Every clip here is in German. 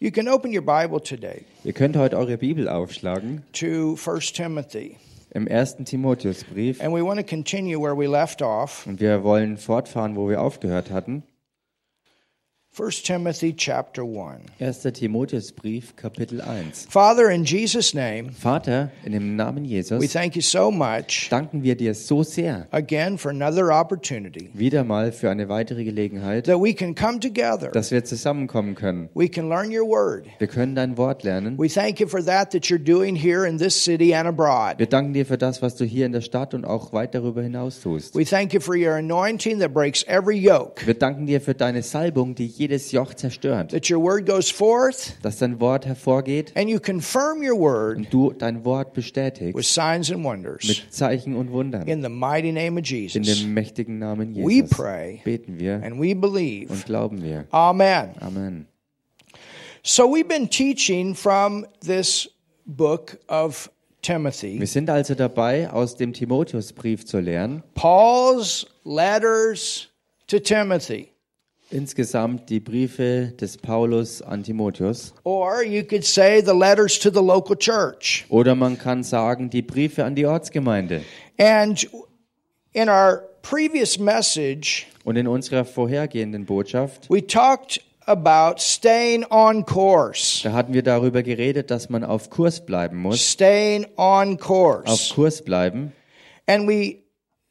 You can open your Bible today Ihr könnt heute eure Bibel aufschlagen to 1 Timothy, im 1. Timotheusbrief and we want to continue where we left off. und wir wollen fortfahren, wo wir aufgehört hatten. 1 Timothy chapter 1. 1. Timotheusbrief, Kapitel 1. Father, in Jesus' name, Vater, in dem Namen we Jesus thank you so much danken wir dir so sehr again for another opportunity wieder mal für eine weitere Gelegenheit, that we can come together. dass wir zusammenkommen können. We can learn your word. Wir können dein Wort lernen. We thank you for that that you're doing here in this city and abroad. Wir danken dir für das, was du hier in der Stadt und auch weit darüber hinaus tust. We thank you for your anointing that breaks every yoke. Wir danken dir für deine Salbung, die jedes Joch zerstört, That your word goes forth dass dein Wort hervorgeht and you confirm your word und du dein Wort with bestätigst signs and wonders. mit Zeichen und Wundern. In the mighty name of In Jesus. dem mächtigen Namen We Jesus pray beten wir and we und believe. glauben wir. Amen. Amen. So we've been teaching from this book of Wir Timothy, sind also dabei, aus dem Timotheusbrief zu lernen, Paul's letters to Timothy. insgesamt die Briefe des Paulus an Timotheus. Or you could say the letters to the local church. Oder man kann sagen, die Briefe an die Ortsgemeinde. And in our previous message, Und in unserer vorhergehenden Botschaft, we talked about staying on course. da hatten wir darüber geredet, dass man auf Kurs bleiben muss. Staying on Auf course. Kurs bleiben. And we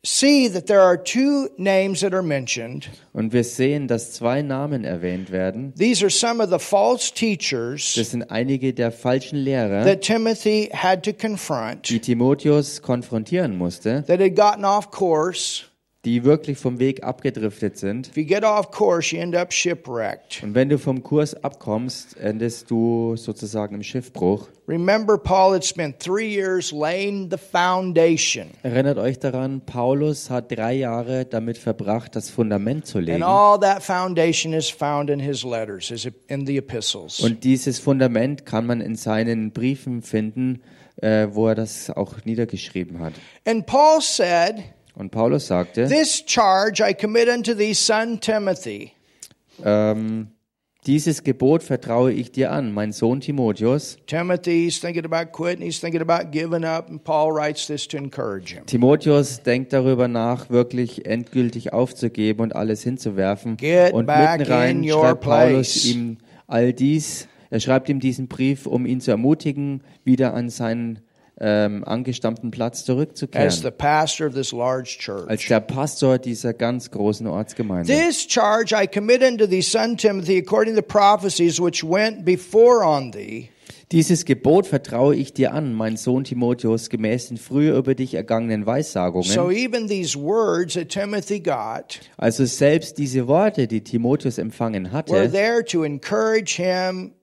see that there are two names that are mentioned. Und wir sehen, dass zwei Namen erwähnt werden. These are some of the false teachers Das sind einige der falschen Lehrer, that Timothy had to confront die Timotheus konfrontieren musste. that had gotten off course. die wirklich vom Weg abgedriftet sind. If you get off course, you end up shipwrecked. Und wenn du vom Kurs abkommst, endest du sozusagen im Schiffbruch. Remember, Paul had spent three years laying the foundation, Erinnert euch daran, Paulus hat drei Jahre damit verbracht, das Fundament zu and legen. all that foundation is found in his letters, is in the epistles. Und dieses Fundament kann man in seinen Briefen finden, äh, wo er das auch niedergeschrieben hat. And Paul said, Und Paulus sagte, This charge I commit unto thee, son Timothy. ähm, dieses Gebot vertraue ich dir an, mein Sohn Timotheus. Timothy, he's thinking about quitting, he's thinking about giving up, and Paul writes this to encourage him. Timotheus denkt darüber nach, wirklich endgültig aufzugeben und alles hinzuwerfen. Get und back mitten rein in your schreibt Paulus place. ihm all dies. Er schreibt ihm diesen Brief, um ihn zu ermutigen, wieder an seinen ähm, angestammten Platz zurückzukehren. As the pastor of this large Als church. der Pastor dieser ganz großen Ortsgemeinde. This charge I commit unto thee, son Timothy, according to the prophecies which went before on thee, Dieses Gebot vertraue ich dir an, mein Sohn Timotheus, gemäß den früher über dich ergangenen So Weissagungen. even these words that Timothy got Also selbst diese Worte, die Timotheus empfangen were hatte, there to encourage him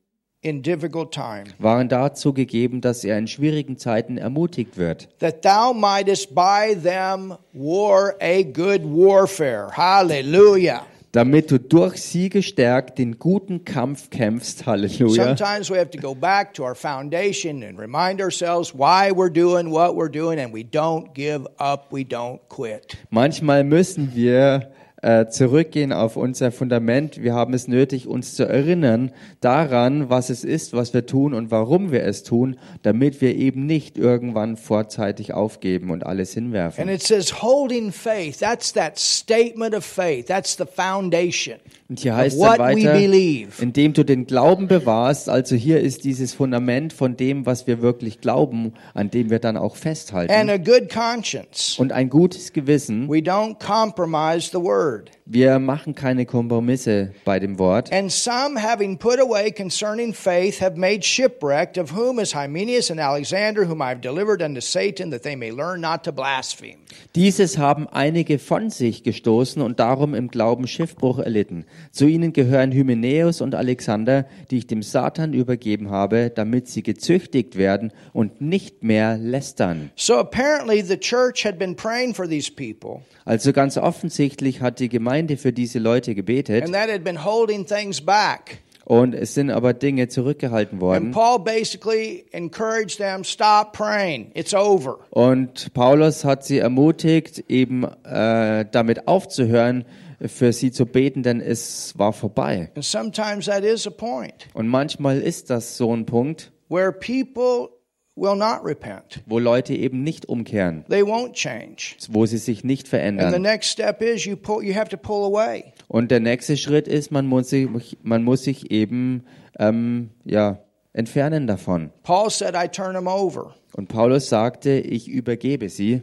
in difficult time, waren dazu gegeben, dass er in schwierigen Zeiten ermutigt wird, that thou mightest by them war a good warfare. Hallelujah. damit du durch sie gestärkt den guten Kampf kämpfst. Halleluja. Sometimes we have to go back to our foundation and remind ourselves why we're doing what we're doing, and we don't give up, we don't quit. Manchmal müssen wir äh, zurückgehen auf unser Fundament. Wir haben es nötig, uns zu erinnern daran, was es ist, was wir tun und warum wir es tun, damit wir eben nicht irgendwann vorzeitig aufgeben und alles And hinwerfen. it says, holding faith. That's that statement of faith. That's the foundation. Und hier heißt What es we weiter, believe. indem du den Glauben bewahrst. Also hier ist dieses Fundament von dem, was wir wirklich glauben, an dem wir dann auch And festhalten. a good conscience. Und ein gutes Gewissen. We don't compromise the word. Wir machen keine Kompromisse bei dem Wort. And some, having put away concerning faith, have made shipwrecked, of whom is Hymenius and Alexander, whom I have delivered unto Satan, that they may learn not to blaspheme. Dieses haben einige von sich gestoßen und darum im Glauben Schiffbruch erlitten. Zu ihnen gehören Hymenäus und Alexander, die ich dem Satan übergeben habe, damit sie gezüchtigt werden und nicht mehr lästern. So apparently, the church had been praying for these people, Also ganz offensichtlich hat die Gemeinde für diese Leute gebetet. and that had been holding things back. Und es sind aber Dinge zurückgehalten And worden. Paul basically encouraged them stop praying, it's over. Und Paulus hat sie ermutigt, eben äh, damit aufzuhören, für sie zu beten, denn es war vorbei. And sometimes that is a point Und manchmal ist das so ein Punkt, where people will not repent, wo Leute eben nicht umkehren, they won't change. wo sie sich nicht And the verändern. next step is you pull, you have to pull away. Und der nächste Schritt ist, man muss sich, man muss sich eben ähm, ja, entfernen davon. Paul said, I turn them over Und Paulus sagte, ich übergebe sie.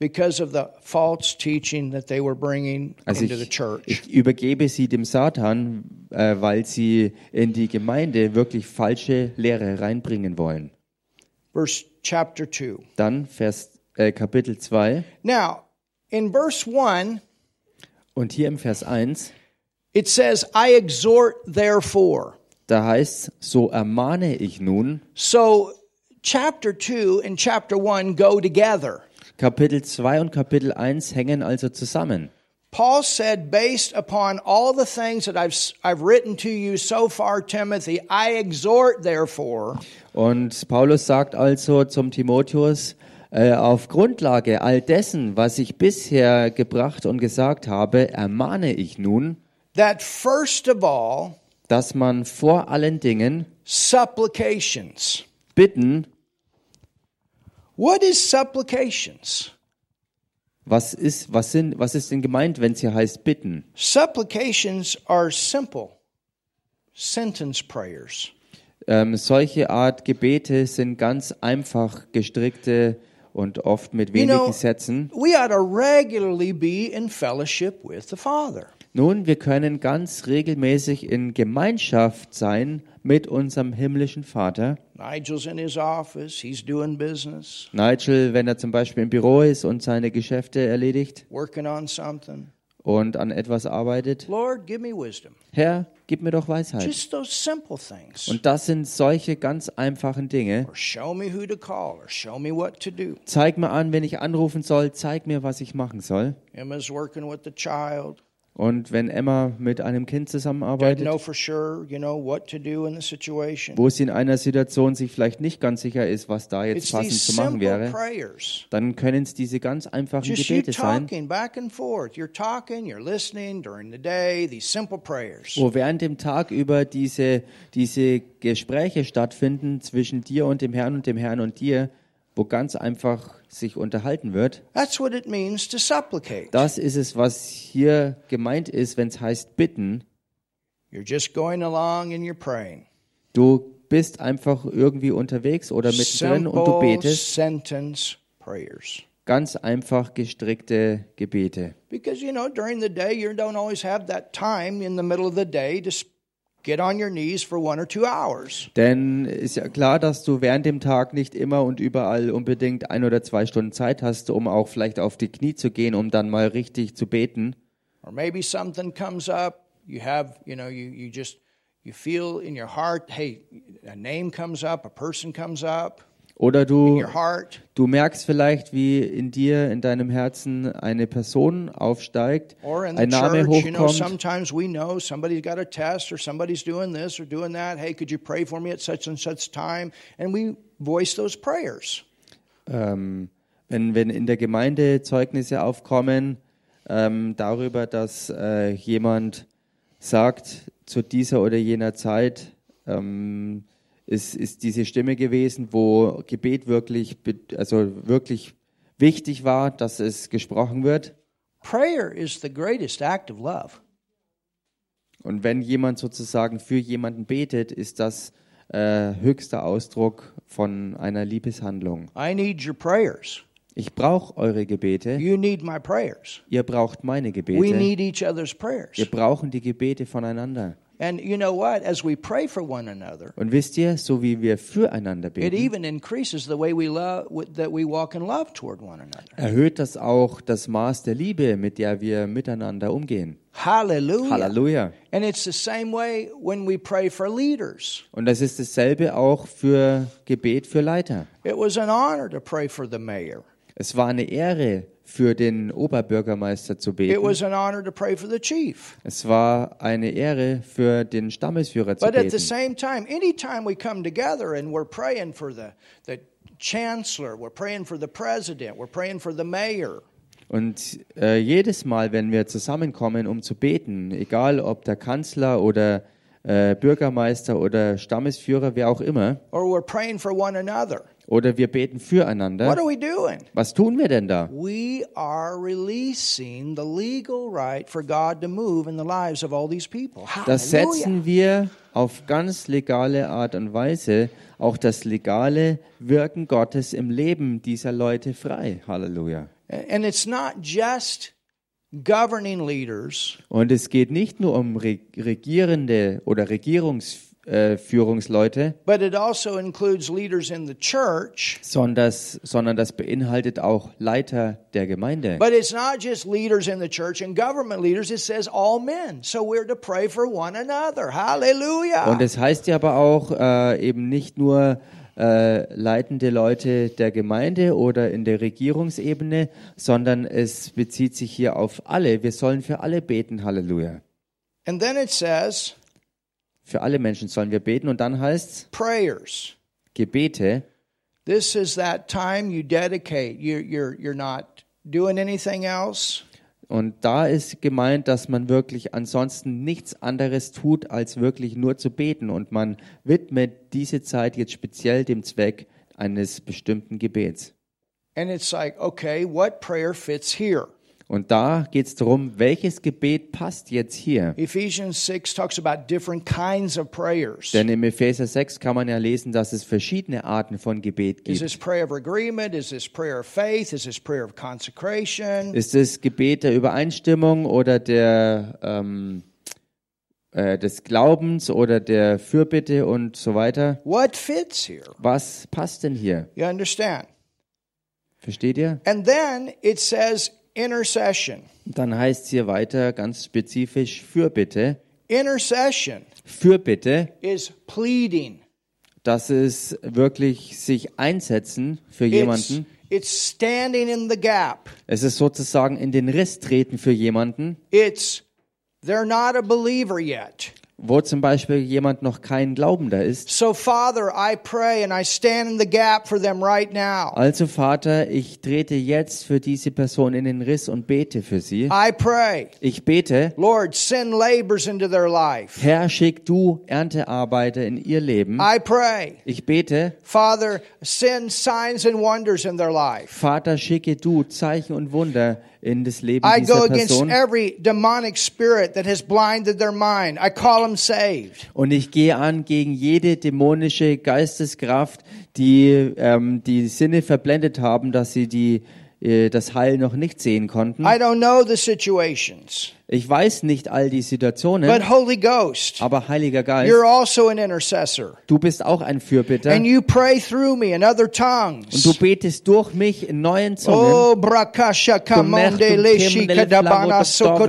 because of the false teaching that they were bringing Also into the ich, church. ich übergebe sie dem Satan, äh, weil sie in die Gemeinde wirklich falsche Lehre reinbringen wollen. Verse chapter 2. Dann Vers, äh, Kapitel 2 Now, in verse 1, und hier im Vers 1, it says, I exhort therefore. da heißt so ermahne ich nun. So, chapter 2 and chapter 1 go together. Kapitel 2 und Kapitel 1 hängen also zusammen. Paul said, based upon all the things that I've, I've written to you so far, Timothy, I exhort, therefore, Und Paulus sagt also zum Timotheus, äh, auf Grundlage all dessen, was ich bisher gebracht und gesagt habe, ermahne ich nun, that first of all, dass man vor allen Dingen supplications. bitten, What is supplications? was ist, was sind, was ist denn gemeint, wenn es hier heißt bitten? Supplications are simple sentence prayers. Ähm, solche Art Gebete sind ganz einfach gestrickte und oft mit wenigen know- Sätzen. We ought to regularly be in fellowship with the Father. Nun, wir können ganz regelmäßig in Gemeinschaft sein mit unserem himmlischen Vater. Nigel's in his office, he's doing business, Nigel, wenn er zum Beispiel im Büro ist und seine Geschäfte erledigt working on something. und an etwas arbeitet, Lord, give me wisdom. Herr, gib mir doch Weisheit. Just those simple things. Und das sind solche ganz einfachen Dinge. Or show me who to call, or show me what to do. Zeig mir an, wenn ich anrufen soll, zeig mir, was ich machen soll. Emma's working with the child. Und wenn Emma mit einem Kind Doesn't zusammenarbeitet, know for sure, you know, what to do in the situation. wo sie in einer Situation sich vielleicht nicht ganz sicher ist, was da jetzt It's passend these zu machen simple wäre, prayers. dann können es diese ganz einfachen Just you Gebete sein, talking back and forth. You're talking, you're listening during the day, these simple prayers. wo während dem Tag über diese, diese Gespräche stattfinden zwischen dir und dem Herrn und dem Herrn und dir, wo ganz einfach sich unterhalten wird. That's what it means to supplicate. Das ist es, was hier gemeint ist, wenn es heißt bitten. You're just going along and you're praying. Du bist einfach irgendwie unterwegs oder mittendrin und du Simple betest. sentence prayers. Ganz einfach gestrickte Gebete. Because, you know, during the day, you don't always have that time in the middle of the day to s- get on your knees for one or two hours. Denn ist ja klar, dass du während dem Tag nicht immer und überall unbedingt ein oder zwei Stunden Zeit hast, um auch vielleicht auf die Knie zu gehen, um dann mal richtig zu beten. Or maybe something comes up, you have, you know, you, you just, you feel in your heart, hey, a name comes up, a person comes up, Oder du, your heart. du merkst vielleicht, wie in dir, in deinem Herzen eine Person aufsteigt, Or in the ein Name church, you know, hochkommt. sometimes we know somebody's got a test or somebody's doing this or doing that. Hey, could you pray for me at such and such time? And we voice those prayers. Ähm, wenn, wenn in der Gemeinde Zeugnisse aufkommen ähm, darüber, dass äh, jemand sagt, zu dieser oder jener Zeit ähm, ist, ist diese Stimme gewesen, wo Gebet wirklich, be- also wirklich wichtig war, dass es gesprochen wird. Prayer is the greatest act of love. Und wenn jemand sozusagen für jemanden betet, ist das äh, höchster Ausdruck von einer Liebeshandlung. I need your prayers. Ich brauche eure Gebete, You need my prayers. ihr braucht meine Gebete. We need each other's prayers. Wir brauchen die Gebete voneinander. And you know what? As we pray for one another, Und wisst ihr, so wie wir füreinander it beten, even increases the way we love that we walk in love toward one another. erhöht das auch das Maß der Liebe, mit der wir miteinander umgehen. Hallelujah. Halleluja. And it's the same way when we pray for leaders. Und das ist dasselbe auch für Gebet für Leiter. It was an honor to pray for the mayor. Es war eine Ehre, für den Oberbürgermeister zu It beten. was an honor to pray for the chief. Es war eine Ehre, für den Stammesführer zu But at the beten. same time, anytime we come together and we're praying for the, the chancellor, we're praying for the president, we're praying for the mayor, Und äh, jedes Mal, wenn wir zusammenkommen, um zu beten, egal ob der Kanzler oder äh, Bürgermeister oder Stammesführer, wer auch immer, or we're praying for one another. oder wir beten What füreinander, are we doing? was tun wir denn da? We are releasing the legal right for God to move in the lives of all these people. Das Hallelujah. setzen wir auf ganz legale Art und Weise auch das legale Wirken Gottes im Leben dieser Leute frei. Halleluja. And it's not just governing leaders, Und es geht nicht nur um Re- Regierende oder äh, Regierungsführungsleute, but it also includes leaders in the church. sondern, das- sondern das beinhaltet auch Leiter der Gemeinde. But it's not just leaders in the church and government leaders, it says all men. So we're to pray for one another. Und Hallelujah. es heißt ja aber auch äh, eben nicht nur äh, leitende Leute der Gemeinde oder in der Regierungsebene, sondern es bezieht sich hier auf alle. Wir sollen für alle beten, Halleluja. And then it says Für alle Menschen sollen wir beten und dann heißt's prayers. Gebete. This is that time you dedicate. You're, you're, you're not doing anything else. Und da ist gemeint, dass man wirklich ansonsten nichts anderes tut, als wirklich nur zu beten. Und man widmet diese Zeit jetzt speziell dem Zweck eines bestimmten Gebets. And it's like, okay, what prayer fits here? Und da geht es darum, welches Gebet passt jetzt hier? Ephesians 6 talks about different kinds of prayers. Denn im Epheser 6 kann man ja lesen, dass es verschiedene Arten von Gebet Is gibt. this prayer of agreement? Is this prayer of faith? Is this prayer of consecration? Ist es Gebet der Übereinstimmung oder der, ähm, äh, des Glaubens oder der Fürbitte und so weiter? What fits here? Was passt denn hier? You understand? Versteht ihr? And then it says intercession. Dann heißt es hier weiter ganz spezifisch Fürbitte. Intercession Fürbitte, is pleading. das ist wirklich sich einsetzen für It's, jemanden. it's standing in the gap. Es ist sozusagen in den Riss treten für jemanden, It's they're not a believer yet. wo zum Beispiel jemand noch kein Glaubender ist. So, Father, I pray and I stand in the gap for them right now. Also Vater, ich trete jetzt für diese Person in den Riss und bete für sie. I pray, Ich bete, Lord, send labors into their life. Herr, schick du Erntearbeiter in ihr Leben. I pray, Ich bete, Father, send signs and wonders in their life. Vater, schicke du Zeichen und Wunder in das Leben I go dieser against Person. every demonic spirit that has blinded their mind. I call them saved. Und ich gehe an gegen jede dämonische Geisteskraft, die ähm, die Sinne verblendet haben, dass sie die, äh, das Heil noch nicht sehen konnten. I don't know the situations, Ich weiß nicht all die but Situationen, Holy Ghost, aber Heiliger Geist, you're also an intercessor. du bist auch ein Fürbitter And you pray through me in other und du tongues. betest durch mich in neuen Zungen. Oh, brakasha Tumnech kamonde tum leshi temnele kadabana flavotus dovlo. Mas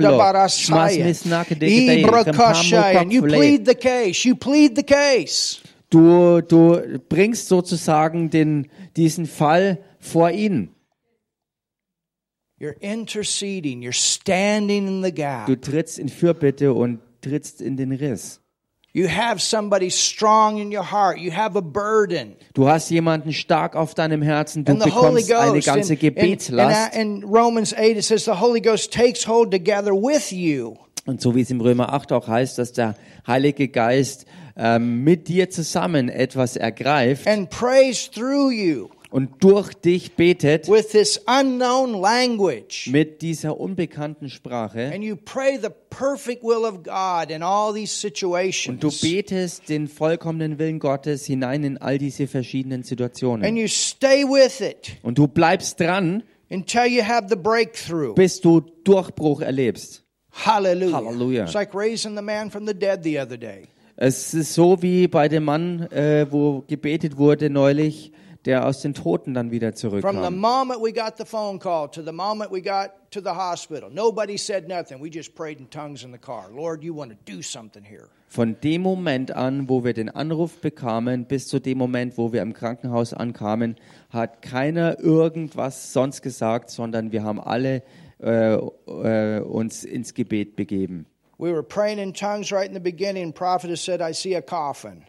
sokodabarasaya. mis nakede I kedei brakasha, and you kampamo plead the case. You plead the case. Du, du bringst sozusagen den, diesen Fall vor ihn. You're interceding. You're standing in the gap. Du trittst in Fürbitte und trittst in den Riss. You have somebody strong in your heart. You have a burden. Du hast jemanden stark auf deinem Herzen, du And the Holy bekommst eine Ghost. ganze in- in- in, Gebetslast. in Romans 8, it says the Holy Ghost takes hold together with you. Und so wie es im Römer 8 auch heißt, dass der Heilige Geist ähm, mit dir zusammen etwas ergreift and prays through you und durch dich betet with this unknown language. mit dieser unbekannten Sprache. And you pray the perfect will of God in all these Und du situations. betest den vollkommenen Willen Gottes hinein in all diese verschiedenen And Situationen. you stay with it Und du bleibst dran, until you have the breakthrough. bis du Durchbruch erlebst. Hallelujah. Hallelujah. It's like raising the man from the dead the other day. Es ist so wie bei dem Mann, äh, wo gebetet wurde neulich, der aus den Toten dann wieder From the zurückkam. moment we got the phone call to the moment we got to the hospital, nobody said nothing. We just prayed in tongues in the car. Lord, you want to do something here. Von dem Moment an, wo wir den Anruf bekamen, bis zu dem Moment, wo wir im Krankenhaus ankamen, hat keiner irgendwas sonst gesagt, sondern wir haben alle äh, äh, uns ins Gebet begeben. We were praying in tongues right in the beginning. Prophetess said, I see a coffin.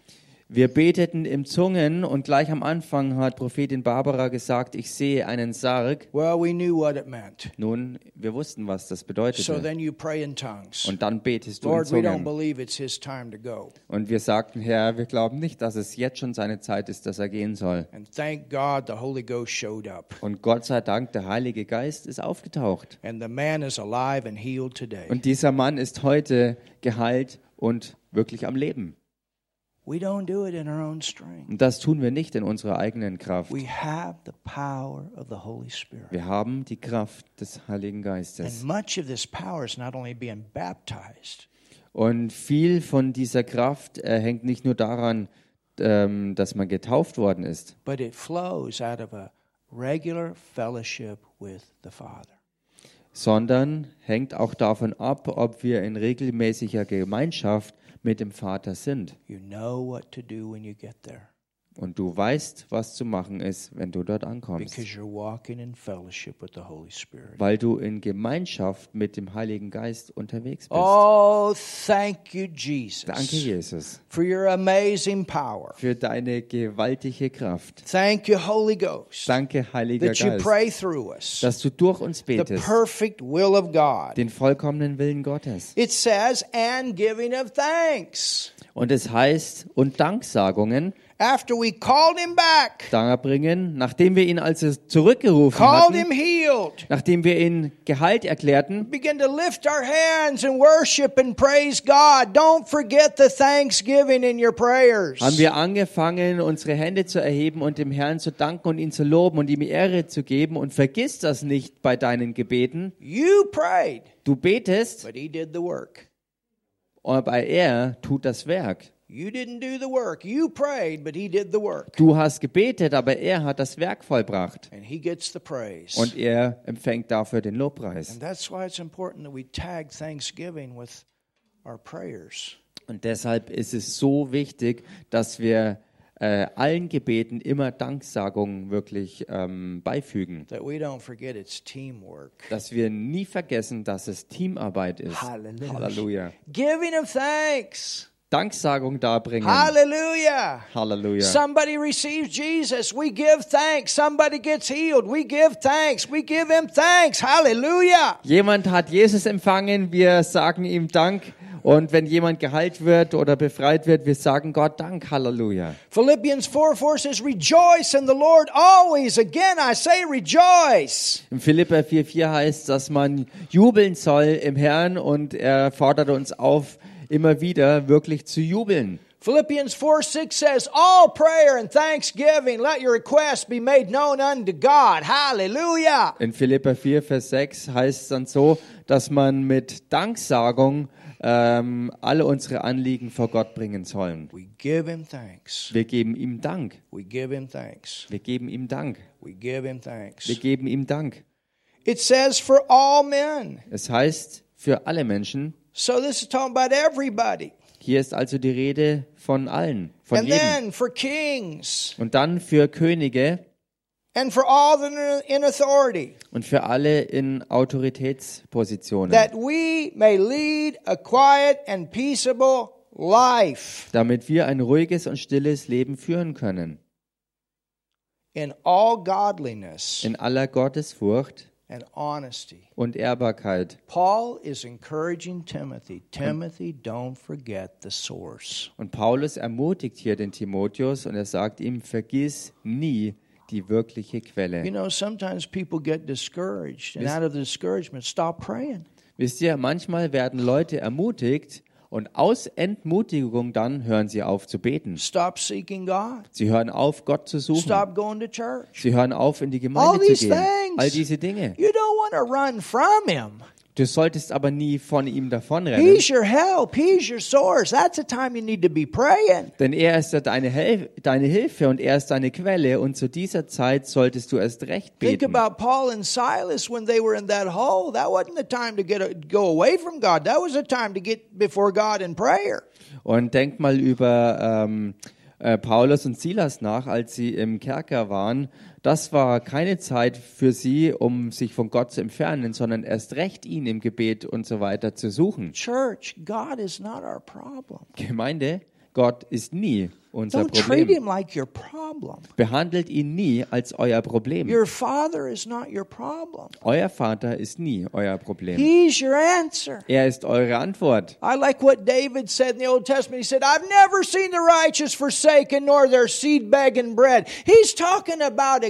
Wir beteten im Zungen und gleich am Anfang hat Prophetin Barbara gesagt, ich sehe einen Sarg. Well, we knew what it meant. Nun, wir wussten, was das So bedeutete. then you pray in tongues. Und dann betest du in Lord, we don't Zungen. believe it's his time to go. Und wir sagten, Herr, wir glauben nicht, dass es jetzt schon seine Zeit ist, dass er gehen soll. And thank God the Holy Ghost showed up. Und Gott sei Dank, der Heilige Geist ist aufgetaucht. And the man is alive and healed today. Und dieser Mann ist heute geheilt und wirklich am Leben. We don't do it in our own strength. Und das tun wir nicht in unserer eigenen Kraft. We have the power of the Holy Spirit. Wir haben die Kraft des Heiligen And Geistes. much of this power is not only being baptized, Und viel von dieser Kraft äh, hängt nicht nur daran, ähm, dass man getauft worden ist, but it flows out of a regular fellowship with the Father. sondern hängt auch davon ab, ob wir in regelmäßiger Gemeinschaft mit dem Vater sind. You know what to do when you get there Und du weißt, was zu machen ist, wenn du dort ankommst, because you're walking in fellowship with the Holy Spirit. weil du in Gemeinschaft mit dem Heiligen Geist unterwegs bist. Oh, thank you, Danke, Jesus, Jesus, for your amazing power. für deine gewaltige Kraft. Thank you, Holy Ghost, Danke, Heiliger that you Geist, pray through us dass du durch uns the betest. perfect will of God. den vollkommenen Willen Gottes. It says, and giving of thanks. Und es heißt, und Danksagungen After we called him back, darbringen, nachdem wir ihn also zurückgerufen called him hatten, healed, nachdem wir ihn geheilt erklärten, begin to lift our hands and worship and praise God. Don't forget the thanksgiving in your prayers. haben wir angefangen, unsere Hände zu erheben und dem Herrn zu danken und ihn zu loben und ihm Ehre zu geben. Und vergiss das nicht bei deinen Gebeten. You prayed, Du betest, but he did the work. aber er tut das Werk. You didn't do the work. You prayed, but he did the work. Du hast gebetet, aber er hat das Werk vollbracht. And he gets the praise. Und er empfängt dafür den Lobpreis. And that's why it's important that we tag Thanksgiving with our prayers. Und deshalb ist es so wichtig, dass wir äh, allen Gebeten immer Danksagungen wirklich ähm, beifügen. that we don't forget it's teamwork. Dass wir nie vergessen, dass es Teamarbeit ist. Halleluja. Halleluja. Giving of thanks. Danksagung darbringen. Hallelujah. Halleluja. Somebody receives Jesus, we give thanks. Somebody gets healed, we give thanks. We give him thanks. Hallelujah. Jemand hat Jesus empfangen, wir sagen ihm Dank. Und wenn jemand geheilt wird oder befreit wird, wir sagen Gott Dank. Halleluja. Philippians 4 4 says, Rejoice in the Lord always. Again, I say rejoice. In Philippa 4,4 heißt, dass man jubeln soll im Herrn und er fordert uns auf, immer wieder wirklich zu jubeln. Philippians 4 6 says, All prayer and thanksgiving, let your requests be made known unto God. Hallelujah. In Philippa 4, Vers 6 heißt es dann so, dass man mit Danksagung ähm, alle unsere Anliegen vor Gott bringen sollen. We give him thanks. Wir geben ihm Dank. We give him thanks. Wir geben ihm Dank. We give him thanks. Wir geben ihm Dank. It says for all men. Es heißt für alle Menschen. So this is talking about everybody. Hier ist also die Rede von allen, von and jedem. then for kings Und dann für Könige and for all that are in authority, und für alle in Autoritätspositionen, that we may lead a quiet and peaceable life damit wir ein ruhiges und stilles Leben führen können, in all godliness in aller Gottesfurcht and honesty. und Ehrbarkeit. Paul is encouraging Timothy. Timothy, don't forget the source. Und Paulus ermutigt hier den Timotheus und er sagt ihm, vergiss nie die wirkliche You Quelle. know, sometimes people get discouraged, and out of the discouragement, stop praying. Wisst ihr, manchmal werden Leute ermutigt und aus Entmutigung dann hören sie auf zu beten. Stop seeking God. Sie hören auf, Gott zu suchen. Stop going to church. Sie hören auf, in die All Gemeinde these zu gehen. things. All diese Dinge. You don't want to run from him. Du solltest aber nie von ihm davonrennen, He's your help. He's your source. That's the time you need to be praying. denn er ist ja deine, Hel deine Hilfe und er ist deine Quelle und zu dieser Zeit solltest du erst recht Think beten. about Paul and Silas when they were in that hole. That wasn't the time to get a, go away from God. That was the time to get before God in prayer. Und denk mal über ähm, äh, Paulus und Silas nach, als sie im Kerker waren. Das war keine Zeit für sie, um sich von Gott zu entfernen, sondern erst recht ihn im Gebet und so weiter zu suchen. Church, God is not our problem. Gemeinde, Gott ist nie unser Don't treat Problem. him like your problem. Behandelt ihn nie als euer Problem. Your father is not your problem. Euer Vater ist nie euer Problem. He's your answer. Er ist eure Antwort. I like what David said in the Old Testament. He said, I've never seen the righteous forsaken nor their seed begging bread. He's talking about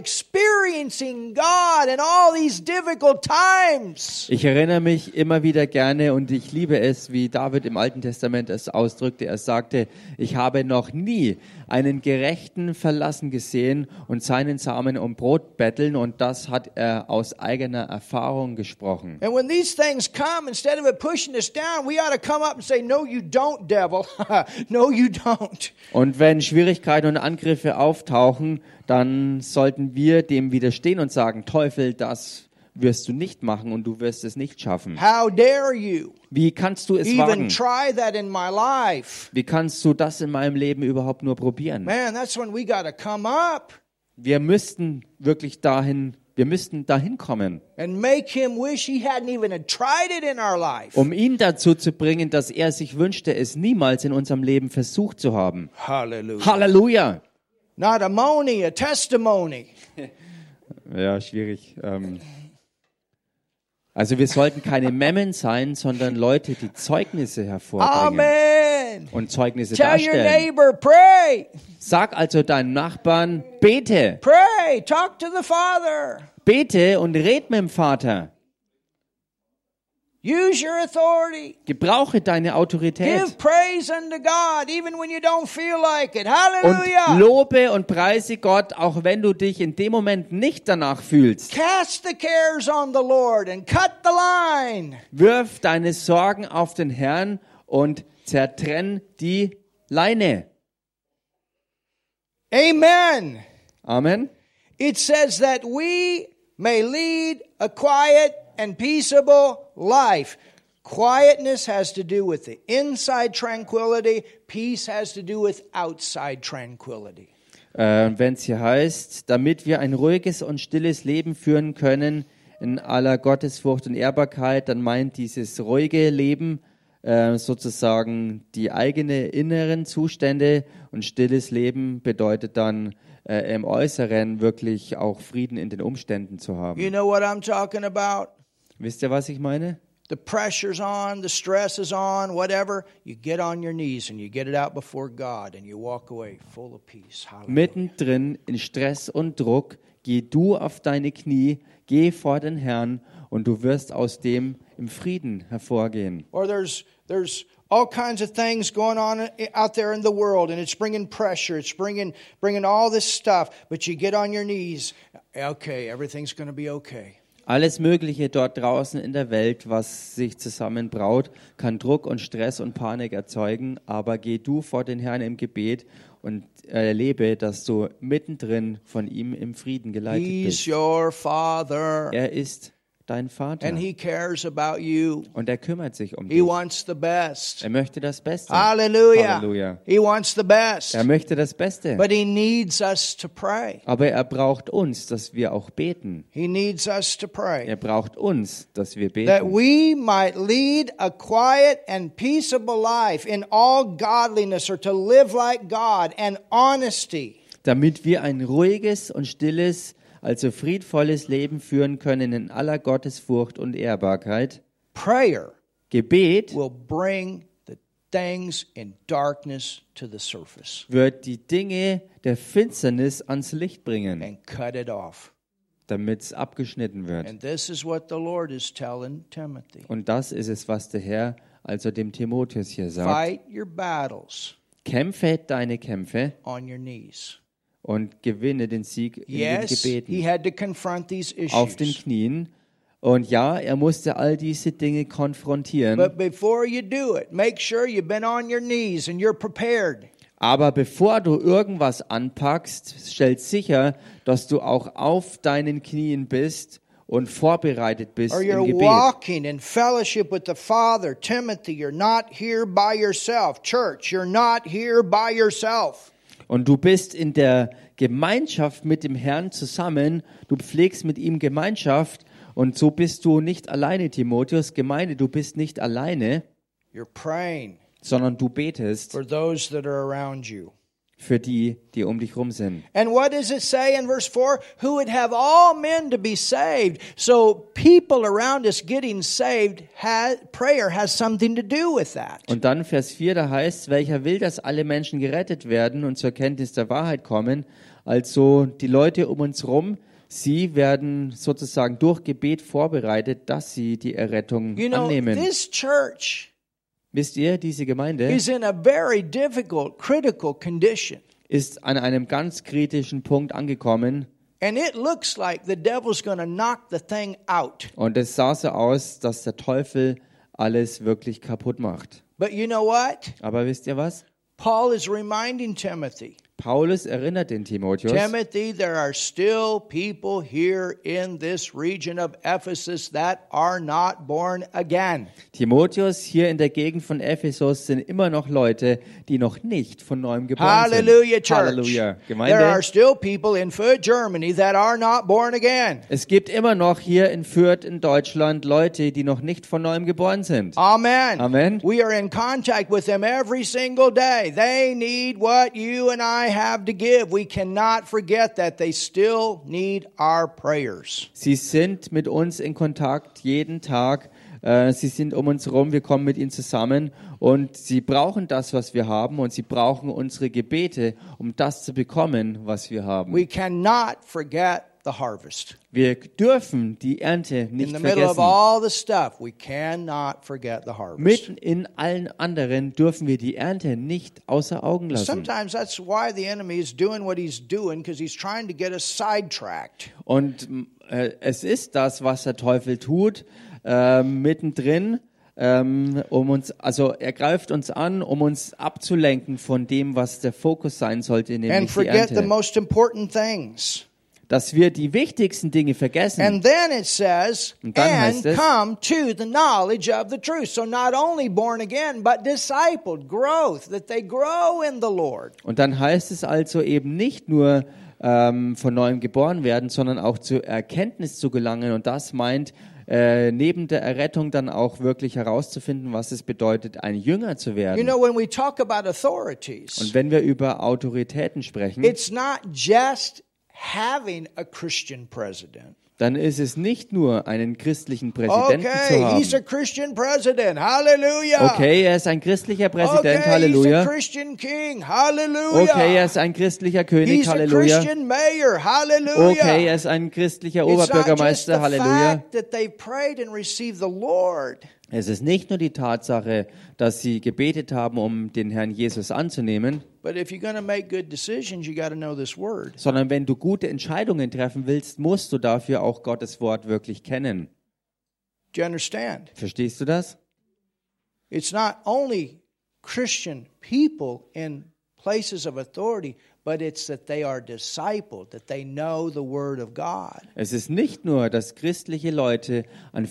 experiencing God in all these difficult times. Ich erinnere mich immer wieder gerne und ich liebe es, wie David im Alten Testament es ausdrückte. Er sagte, ich habe noch nie einen Gerechten verlassen gesehen und seinen Samen um Brot betteln und das hat er aus eigener Erfahrung gesprochen. And when these things come, instead of it pushing us down, we ought to come up and say, No, you don't, devil. no, you don't. Und wenn Schwierigkeiten und Angriffe auftauchen, dann sollten wir dem widerstehen und sagen, Teufel, das wirst du nicht machen und du wirst es nicht schaffen. How dare you Wie kannst du es even wagen? try that in my life? Wie kannst du das in meinem Leben überhaupt nur probieren? Man, that's when we got to come up Wir müssten wirklich dahin, wir müssten dahin kommen, and make him wish he hadn't even tried it in our life. um ihn dazu zu bringen, dass er sich wünschte, es niemals in unserem Leben versucht zu haben. Hallelujah. Halleluja! Not a money, a testimony. Ja, schwierig. Ähm. Also wir sollten keine Memmen sein, sondern Leute, die Zeugnisse hervorbringen Amen. und Zeugnisse Tell your darstellen. neighbor, pray, Sag also deinen Nachbarn, bete, pray, talk to the Father. bete und red mit dem Vater. Use your authority. Gebrauche deine Autorität Give praise unto God, even when you don't feel like it. und Hallelujah. lobe und preise Gott, auch wenn du dich in dem Moment nicht danach fühlst. Cast the cares on the Lord and cut the line. Wirf deine Sorgen auf den Herrn und zertrenn die Leine. Amen. Amen. It says that we may lead a quiet and peaceable life. Quietness has to do with the inside tranquility, peace has to do with outside tranquility. Äh, Wenn es hier heißt, damit wir ein ruhiges und stilles Leben führen können in aller Gottesfurcht und Ehrbarkeit, dann meint dieses ruhige Leben äh, sozusagen die eigene inneren Zustände und stilles Leben bedeutet dann äh, im Äußeren wirklich auch Frieden in den Umständen zu haben. You know what I'm talking about? Wisst ihr, was ich meine? The pressure's on, the stress is on, whatever. You get on your knees and you get it out before God and you walk away full of peace. Hallelujah. Mittendrin in Stress und Druck, geh du auf deine Knie, geh vor den Herrn und du wirst aus dem im Frieden hervorgehen. Or there's there's all kinds of things going on out there in the world, and it's bringing pressure. It's bringing bringing all this stuff. But you get on your knees. Okay, everything's going to be okay. Alles Mögliche dort draußen in der Welt, was sich zusammenbraut, kann Druck und Stress und Panik erzeugen, aber geh du vor den Herrn im Gebet und erlebe, dass du mittendrin von ihm im Frieden geleitet He's bist. your father, Er ist dein Vater and he cares about you. und er kümmert sich um He dich. wants the best. Er möchte das Beste. Hallelujah. Halleluja. He wants the best, Er möchte das Beste. but he needs us to pray. Aber er braucht uns, dass wir auch beten. He needs us to pray. Er braucht uns, dass wir that beten. we might lead a quiet and peaceable life in all godliness, or to live like God and honesty. damit wir ein ruhiges und stilles, also friedvolles Leben führen können in aller Gottesfurcht und Ehrbarkeit. Prayer Gebet will bring the things in darkness to the surface wird die Dinge der Finsternis ans Licht bringen, and cut it off. damit es abgeschnitten wird. And this is what the Lord is telling Timothy Und das ist es, was der Herr also dem Timotheus hier sagt. fight your battles Kämpfe deine Kämpfe on your knees. und gewinne den Sieg in den Yes, he Gebeten. had to confront these Auf den issues. Knien. Und ja, er musste all diese Dinge konfrontieren. But before you do it, make sure you've been on your knees and you're prepared. Aber bevor du irgendwas anpackst, stell sicher, dass du auch auf deinen Knien bist und vorbereitet bist or you're im Gebet. walking in fellowship with the Father. Timothy, you're not here by yourself. Church, you're not here by yourself. Und du bist in der Gemeinschaft mit dem Herrn zusammen. Du pflegst mit ihm Gemeinschaft. Und so bist du nicht alleine, Timotheus. Gemeinde, du bist nicht alleine, You're praying sondern du betest for those that are around you. für die, die um dich rum sind. And what does it say in verse 4? Who would have all men to be saved. So people around us getting saved, ha prayer has something to do with that. Und dann Vers 4, da heißt, welcher will, dass alle Menschen gerettet werden und zur Kenntnis der Wahrheit kommen. Also die Leute um uns rum, sie werden sozusagen durch Gebet vorbereitet, dass sie die Errettung You know, annehmen. this church Wisst ihr, diese Gemeinde is in a very difficult, critical condition. ist an einem ganz kritischen Punkt angekommen And it looks like the devil's going to knock the thing out. und es sah so aus, dass der Teufel alles wirklich kaputt macht. But you know what? Aber wisst ihr was? Paul is reminding Timothy. Paulus erinnert den Timotheus, Timothy, there are still people here in this region of Ephesus that are not born again. Timotheus, hier in der Gegend von Ephesus sind immer noch Leute, die noch nicht von neuem geboren Hallelujah, sind. church. Halleluja, There are Gemeinde. still people in Fürth, Germany that are not born again. Es gibt immer noch hier in Fürth in Deutschland Leute, die noch nicht von neuem geboren sind. Amen. Amen. We are in contact with them every single day. They need what you and I have to give. We cannot forget that they still need our prayers. Sie sind mit uns in Kontakt jeden Tag. Äh, Sie sind um uns herum, wir kommen mit ihnen zusammen und sie brauchen das, was wir haben und sie brauchen unsere Gebete, um das zu bekommen, was wir haben. We cannot forget the harvest. Wir dürfen die Ernte In nicht the middle of vergessen. all the stuff, we cannot forget the harvest. Mitten in allen anderen dürfen wir die Ernte nicht außer Augen lassen. Sometimes that's why the enemy is doing what he's doing because he's trying to get us sidetracked. Und äh, es ist das, was der Teufel tut, ähm, mittendrin, ähm, um uns, also er greift uns an, um uns abzulenken von dem, was der Fokus sein sollte, And nämlich die forget the Ernte. most important things. Dass wir die wichtigsten Dinge vergessen. And then it says, Und dann and heißt es- come to the knowledge of the truth. So not only born again, but discipled, growth, that they grow in the Lord. Und dann heißt es also eben nicht nur ähm, von neuem geboren werden, sondern auch zur Erkenntnis zu gelangen. Und das meint, äh, neben der Errettung dann auch wirklich herauszufinden, was es bedeutet, ein Jünger zu You werden. know, when we talk about Und authorities, wenn wir über Autoritäten sprechen, it's not just having a Christian president. dann ist es nicht nur einen christlichen Präsidenten zu Okay, he's a haben. Christian president. Hallelujah. um, Okay, er ist ein christlicher Okay, Präsident, he's a Halleluja. Christian king. Hallelujah. Okay, er ist ein christlicher König, he's a Halleluja. Christian mayor. Hallelujah. Okay, er ist ein christlicher It's not just the Oberbürgermeister, Halleluja. fact that they prayed and received the Lord. Es ist nicht nur die Tatsache, dass sie gebetet haben, um den Herrn Jesus anzunehmen, But if you're going to make good decisions, you got to know this word. sondern wenn du gute Entscheidungen treffen willst, musst du dafür auch Gottes Wort wirklich kennen. Do you understand? Verstehst du das? It's not only Christian people in places of authority, but it's that they are discipled, that they know the word of God. Es ist nicht nur, dass christliche Leute an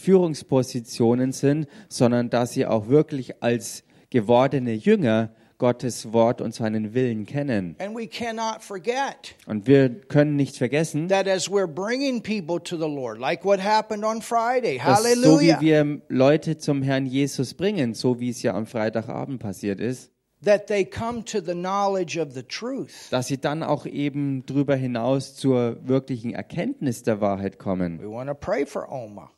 Führungspositionen sind, sondern dass sie auch wirklich als gewordene Jünger Gottes Wort und seinen Willen kennen. And we cannot forget Und wir können nicht vergessen, that as we're bringing people to the Lord, like what happened on Friday, dass so wie hallelujah, wir Leute zum Herrn Jesus bringen, so wie es ja am Freitagabend passiert ist, that they come to the knowledge of the truth. dass sie dann auch eben darüber hinaus zur wirklichen Erkenntnis der Wahrheit We kommen. want to pray for Oma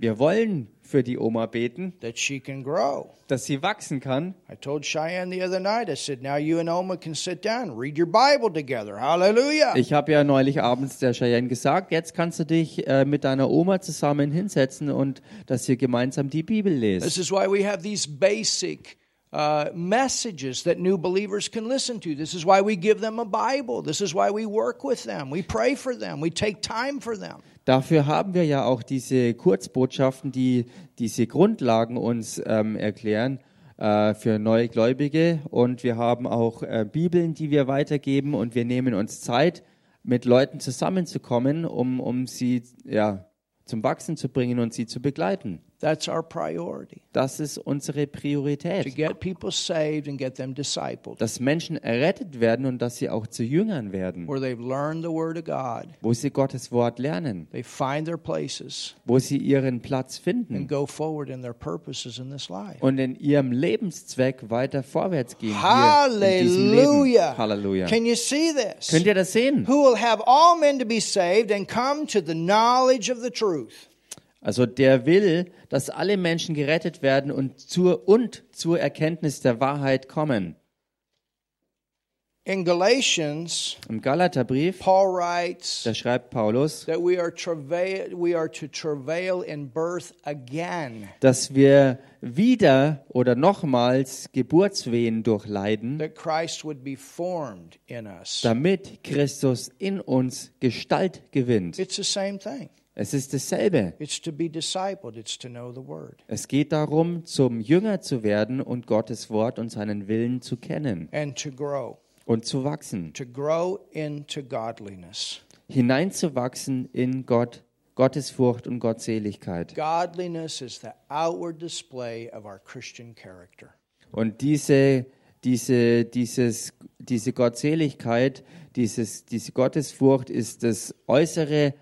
Wir wollen für die Oma beten, that she can grow. dass sie wachsen kann. I told Cheyenne the other night, I said, now you and Oma can sit down, read your Bible together. Hallelujah. Ich habe ja neulich abends der Cheyenne gesagt, jetzt kannst du dich äh, mit deiner Oma zusammen hinsetzen und dass ihr gemeinsam die Bibel lest. This is why we have these basic uh, messages that new believers can listen to. This is why we give them a Bible. This is why we work with them. We pray for them. We take time for them. Dafür haben wir ja auch diese Kurzbotschaften, die diese Grundlagen uns ähm, erklären äh, für neue Gläubige. Und wir haben auch äh, Bibeln, die wir weitergeben und wir nehmen uns Zeit, mit Leuten zusammenzukommen, um, um sie ja, zum Wachsen zu bringen und sie zu begleiten. That's our priority Das ist unsere to Priorität, get people saved and get them discipled, dass Menschen errettet werden und dass sie auch zu Jüngern werden, where they've learned the Word of God, wo sie Gottes Wort lernen, they find their places wo sie ihren Platz and finden go forward in their purposes in this life. und in ihrem Lebenszweck weiter vorwärts gehen. Hier in diesem Leben. Halleluja. Can you see this? Könnt ihr das sehen? Who will have all men to be saved and come to the knowledge of the truth? Also der will, dass alle Menschen gerettet werden und zur, und zur Erkenntnis der Wahrheit kommen. In Galatians, Im Galaterbrief, Paul writes da schreibt Paulus, that we are travail, we are to travail in birth again, dass wir wieder oder nochmals Geburtswehen durchleiden, that Christ would be formed in us. damit Christus in uns Gestalt gewinnt. It's the same thing. Es ist dasselbe. It's to be discipled, it's to know the word. Es geht darum, zum Jünger zu werden und Gottes Wort und seinen Willen zu kennen and to grow, und zu wachsen, to grow into godliness. hineinzuwachsen in Gott, Gottesfurcht und Gottseligkeit. Godliness is the outward display of our Christian character. Und diese, diese, dieses, diese Gottseligkeit, dieses, diese Gottesfurcht ist das äußere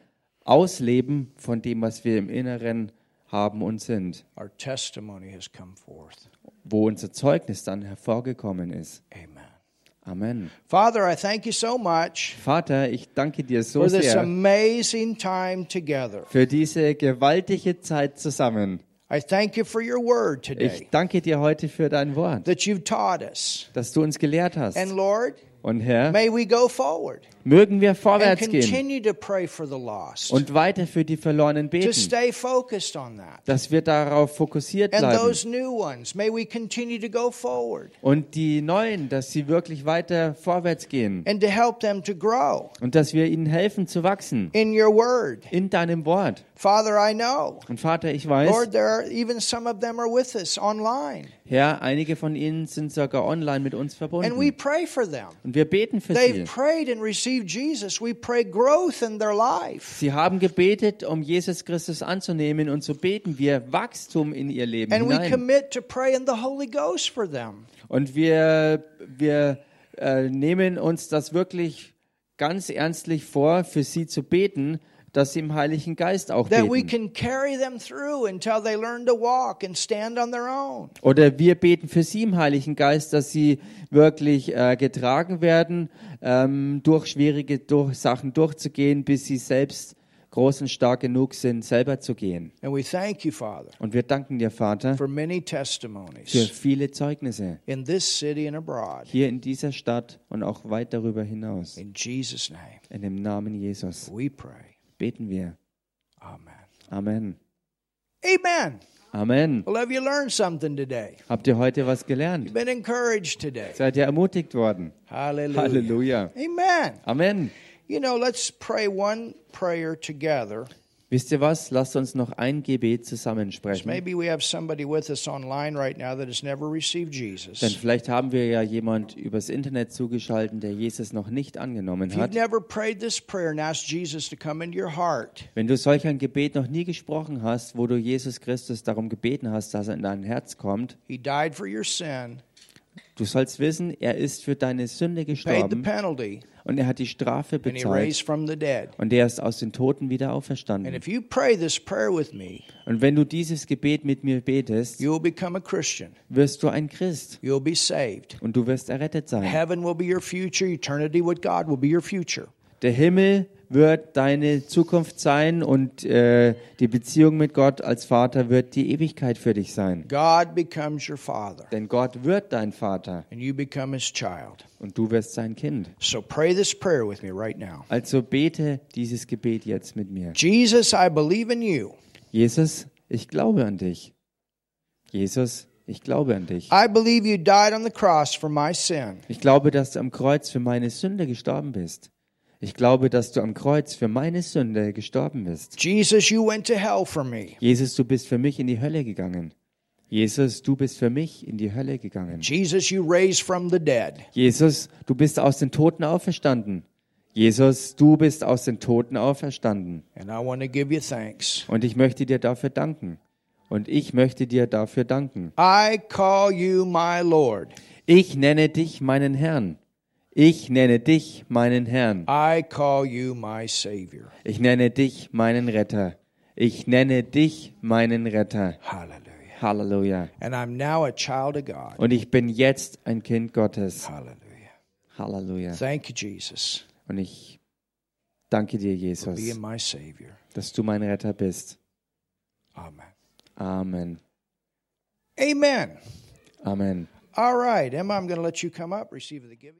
Ausleben von dem, was wir im Inneren haben und sind, Our testimony has come forth. wo unser Zeugnis dann hervorgekommen ist. Amen. Amen. Father, I thank you so much Vater, ich danke dir so for this sehr amazing time together. für diese gewaltige Zeit zusammen. I thank you for your word Ich today danke dir heute für dein Wort, that you've taught us. dass du uns gelehrt And hast. Lord, Und Herr, may we go forward mögen wir and vorwärts gehen continue to pray for the lost, und weiter für die Verlorenen to beten. stay focused on that. dass wir darauf fokussiert And bleiben those new ones, may we continue to go forward und die Neuen, dass sie wirklich weiter vorwärts gehen and to help them to grow und dass wir ihnen helfen zu wachsen in your word. in deinem Wort. Father, I know. Und Vater, ich weiß, Lord, there are even some of them are with us online, Herr, einige von ihnen sind sogar online mit uns verbunden and we pray for them. und wir beten für They've sie. prayed and received Jesus. We pray growth in their life. Sie haben gebetet, um Jesus Christus anzunehmen und so beten wir Wachstum in ihr Leben And we hinein. commit to pray in the Holy Ghost for them. Und wir, wir äh, nehmen uns das wirklich ganz ernstlich vor, für sie zu beten, dass sie im Heiligen Geist auch That we can beten. carry them through until they learn to walk and stand on their own. Oder wir beten für sie im Heiligen Geist, dass sie wirklich äh, getragen werden, ähm, durch schwierige durch Sachen durchzugehen, bis sie selbst groß und stark genug sind, selber zu gehen. And we thank you, Father, Und wir danken dir, Vater, for many für testimonies viele Zeugnisse in this city and abroad. hier in dieser Stadt und auch weit darüber hinaus. In Jesus' name, In dem Namen Jesus we pray. beten wir. Amen. Amen. Amen. Amen. Well, have you learned something today? Habt ihr heute was gelernt? Been encouraged today. Seid ihr ermutigt worden? Hallelujah. Halleluja. Amen. Amen. You know, let's pray one prayer together. Wisst ihr was? Lasst uns noch ein Gebet zusammensprechen. Maybe we have somebody with us online right now that has never received Denn Jesus. vielleicht haben wir ja jemand übers Internet zugeschaltet, der Jesus noch nicht angenommen If you've hat. never prayed this prayer and asked Jesus to come into your heart, Wenn du solch ein Gebet noch nie gesprochen hast, wo du Jesus Christus darum gebeten hast, dass er in dein Herz kommt, He died for your sin, du sollst wissen, er ist für deine Sünde paid the gestorben penalty, und er hat die Strafe and He bezahlt raised from the dead. und er ist aus den Toten wieder And auferstanden. if you pray this prayer with me, Und wenn du dieses Gebet mit mir betest, you will become a Christian. wirst du ein Christ You'll be saved. und du wirst errettet sein. Heaven will be your future. Eternity with God will be your future. Der Himmel wird deine Zukunft sein und äh, die Beziehung mit Gott als Vater wird die Ewigkeit für dich sein. God becomes your father, Denn Gott wird dein Vater and you become His child. und du wirst sein Kind. So pray this prayer with me right now. Also bete dieses Gebet jetzt mit mir. Jesus, I believe in you. Jesus, ich glaube an dich. Jesus, ich glaube an dich. I believe you died on the cross for my sin. Ich glaube, dass du am Kreuz für meine Sünde gestorben bist. Ich glaube, dass du am Kreuz für meine Sünde gestorben bist. Jesus, you went to hell for me. Jesus, du bist für mich in die Hölle gegangen. Jesus, du bist für mich in die Hölle gegangen. Jesus, you raised from the dead. Jesus, du bist aus den Toten auferstanden. Jesus, du bist aus den Toten auferstanden. And I want to give you thanks. Und ich möchte dir dafür danken. Und ich möchte dir dafür danken. I call you my Lord. Ich nenne dich meinen Herrn. Ich nenne dich meinen Herrn. I call you my Savior. Ich nenne dich meinen Retter. Ich nenne dich meinen Retter. Hallelujah. Halleluja. And I'm now a child of God. Und ich bin jetzt ein Kind Gottes. Hallelujah. Halleluja. Thank you, Jesus, Und ich danke dir, for being Jesus, my Savior. dass du mein Retter bist. Amen. Amen. Amen. Amen. All right, Emma, I'm going to let you come up, receive the giving.